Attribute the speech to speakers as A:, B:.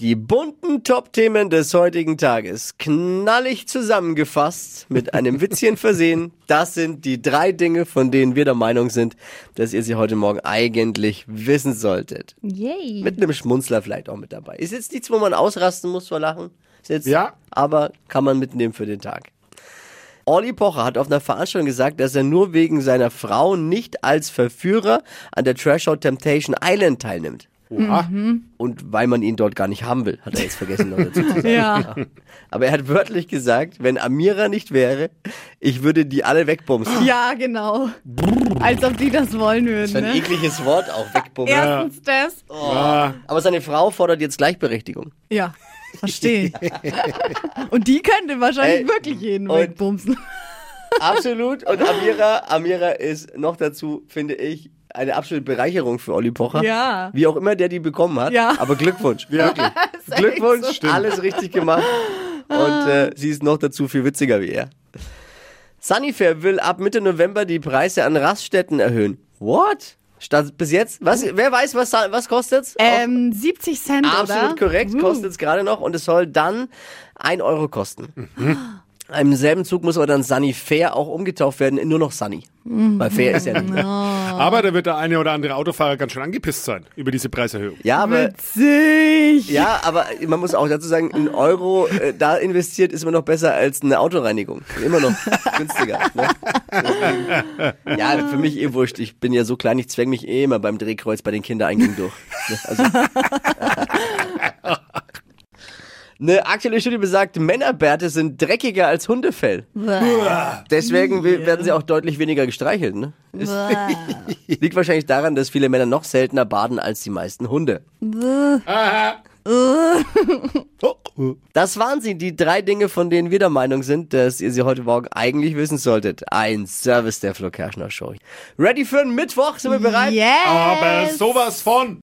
A: Die bunten Top-Themen des heutigen Tages, knallig zusammengefasst, mit einem Witzchen versehen. Das sind die drei Dinge, von denen wir der Meinung sind, dass ihr sie heute Morgen eigentlich wissen solltet.
B: Yay.
A: Mit einem Schmunzler vielleicht auch mit dabei. Ist jetzt nichts, wo man ausrasten muss vor Lachen. Ist jetzt,
C: Ja.
A: Aber kann man mitnehmen für den Tag. Olli Pocher hat auf einer Veranstaltung gesagt, dass er nur wegen seiner Frau nicht als Verführer an der Trash Show Temptation Island teilnimmt.
C: Oha.
A: Und weil man ihn dort gar nicht haben will, hat er jetzt vergessen noch dazu zu sagen.
B: Ja.
A: Aber er hat wörtlich gesagt, wenn Amira nicht wäre, ich würde die alle wegbumsen.
B: ja, genau. Als ob die das wollen würden.
A: Das ist ein
B: Ne?
A: ekliges Wort auch, wegbumsen.
B: Erstens das.
C: Ah,
A: Aber seine Frau fordert jetzt Gleichberechtigung.
B: Ja, verstehe. Und die könnte wahrscheinlich
A: Ey,
B: wirklich jeden
A: und-
B: wegbumsen.
A: Absolut. Und Amira, Amira ist noch dazu, finde ich, eine absolute Bereicherung für Olli Pocher.
B: Ja.
A: Wie auch immer der die bekommen hat.
B: Ja.
A: Aber Glückwunsch. Wirklich. Glückwunsch. Alles richtig gemacht. Und äh, sie ist noch dazu viel witziger wie er. Sunnyfair will ab Mitte November die Preise an Raststätten erhöhen. What? Statt bis jetzt? Was, wer weiß, was, was kostet's?
B: Ähm, 70 Cent,
A: Absolut
B: oder?
A: korrekt,
B: Uh.
A: kostet es gerade noch und es soll dann 1 Euro kosten. Im selben Zug muss aber dann Sunny Fair auch umgetauft werden in nur noch Sunny. Weil Fair ist ja nicht.
C: Aber da wird der eine oder andere Autofahrer ganz schön angepisst sein über diese Preiserhöhung.
A: Ja, aber,
B: Witzig.
A: ja, aber man muss auch dazu sagen, ein Euro äh, da investiert ist immer noch besser als eine Autoreinigung. Immer noch günstiger. Ne? Deswegen- Ja, für mich eh wurscht. Ich bin ja so klein, ich zwänge mich eh immer beim Drehkreuz bei den Kindereingängen durch. Ne? Also, eine aktuelle Studie besagt, Männerbärte sind dreckiger als Hundefell. Deswegen will- werden sie auch deutlich weniger gestreichelt. Ne? Ist, liegt wahrscheinlich daran, dass viele Männer noch seltener baden als die meisten Hunde. Das waren sie, die drei Dinge, von denen wir der Meinung sind, dass ihr sie heute Morgen eigentlich wissen solltet. Ein Service der Flo Kerschner Show. Ready für einen Mittwoch? Sind wir bereit?
B: Yes.
C: Aber sowas von.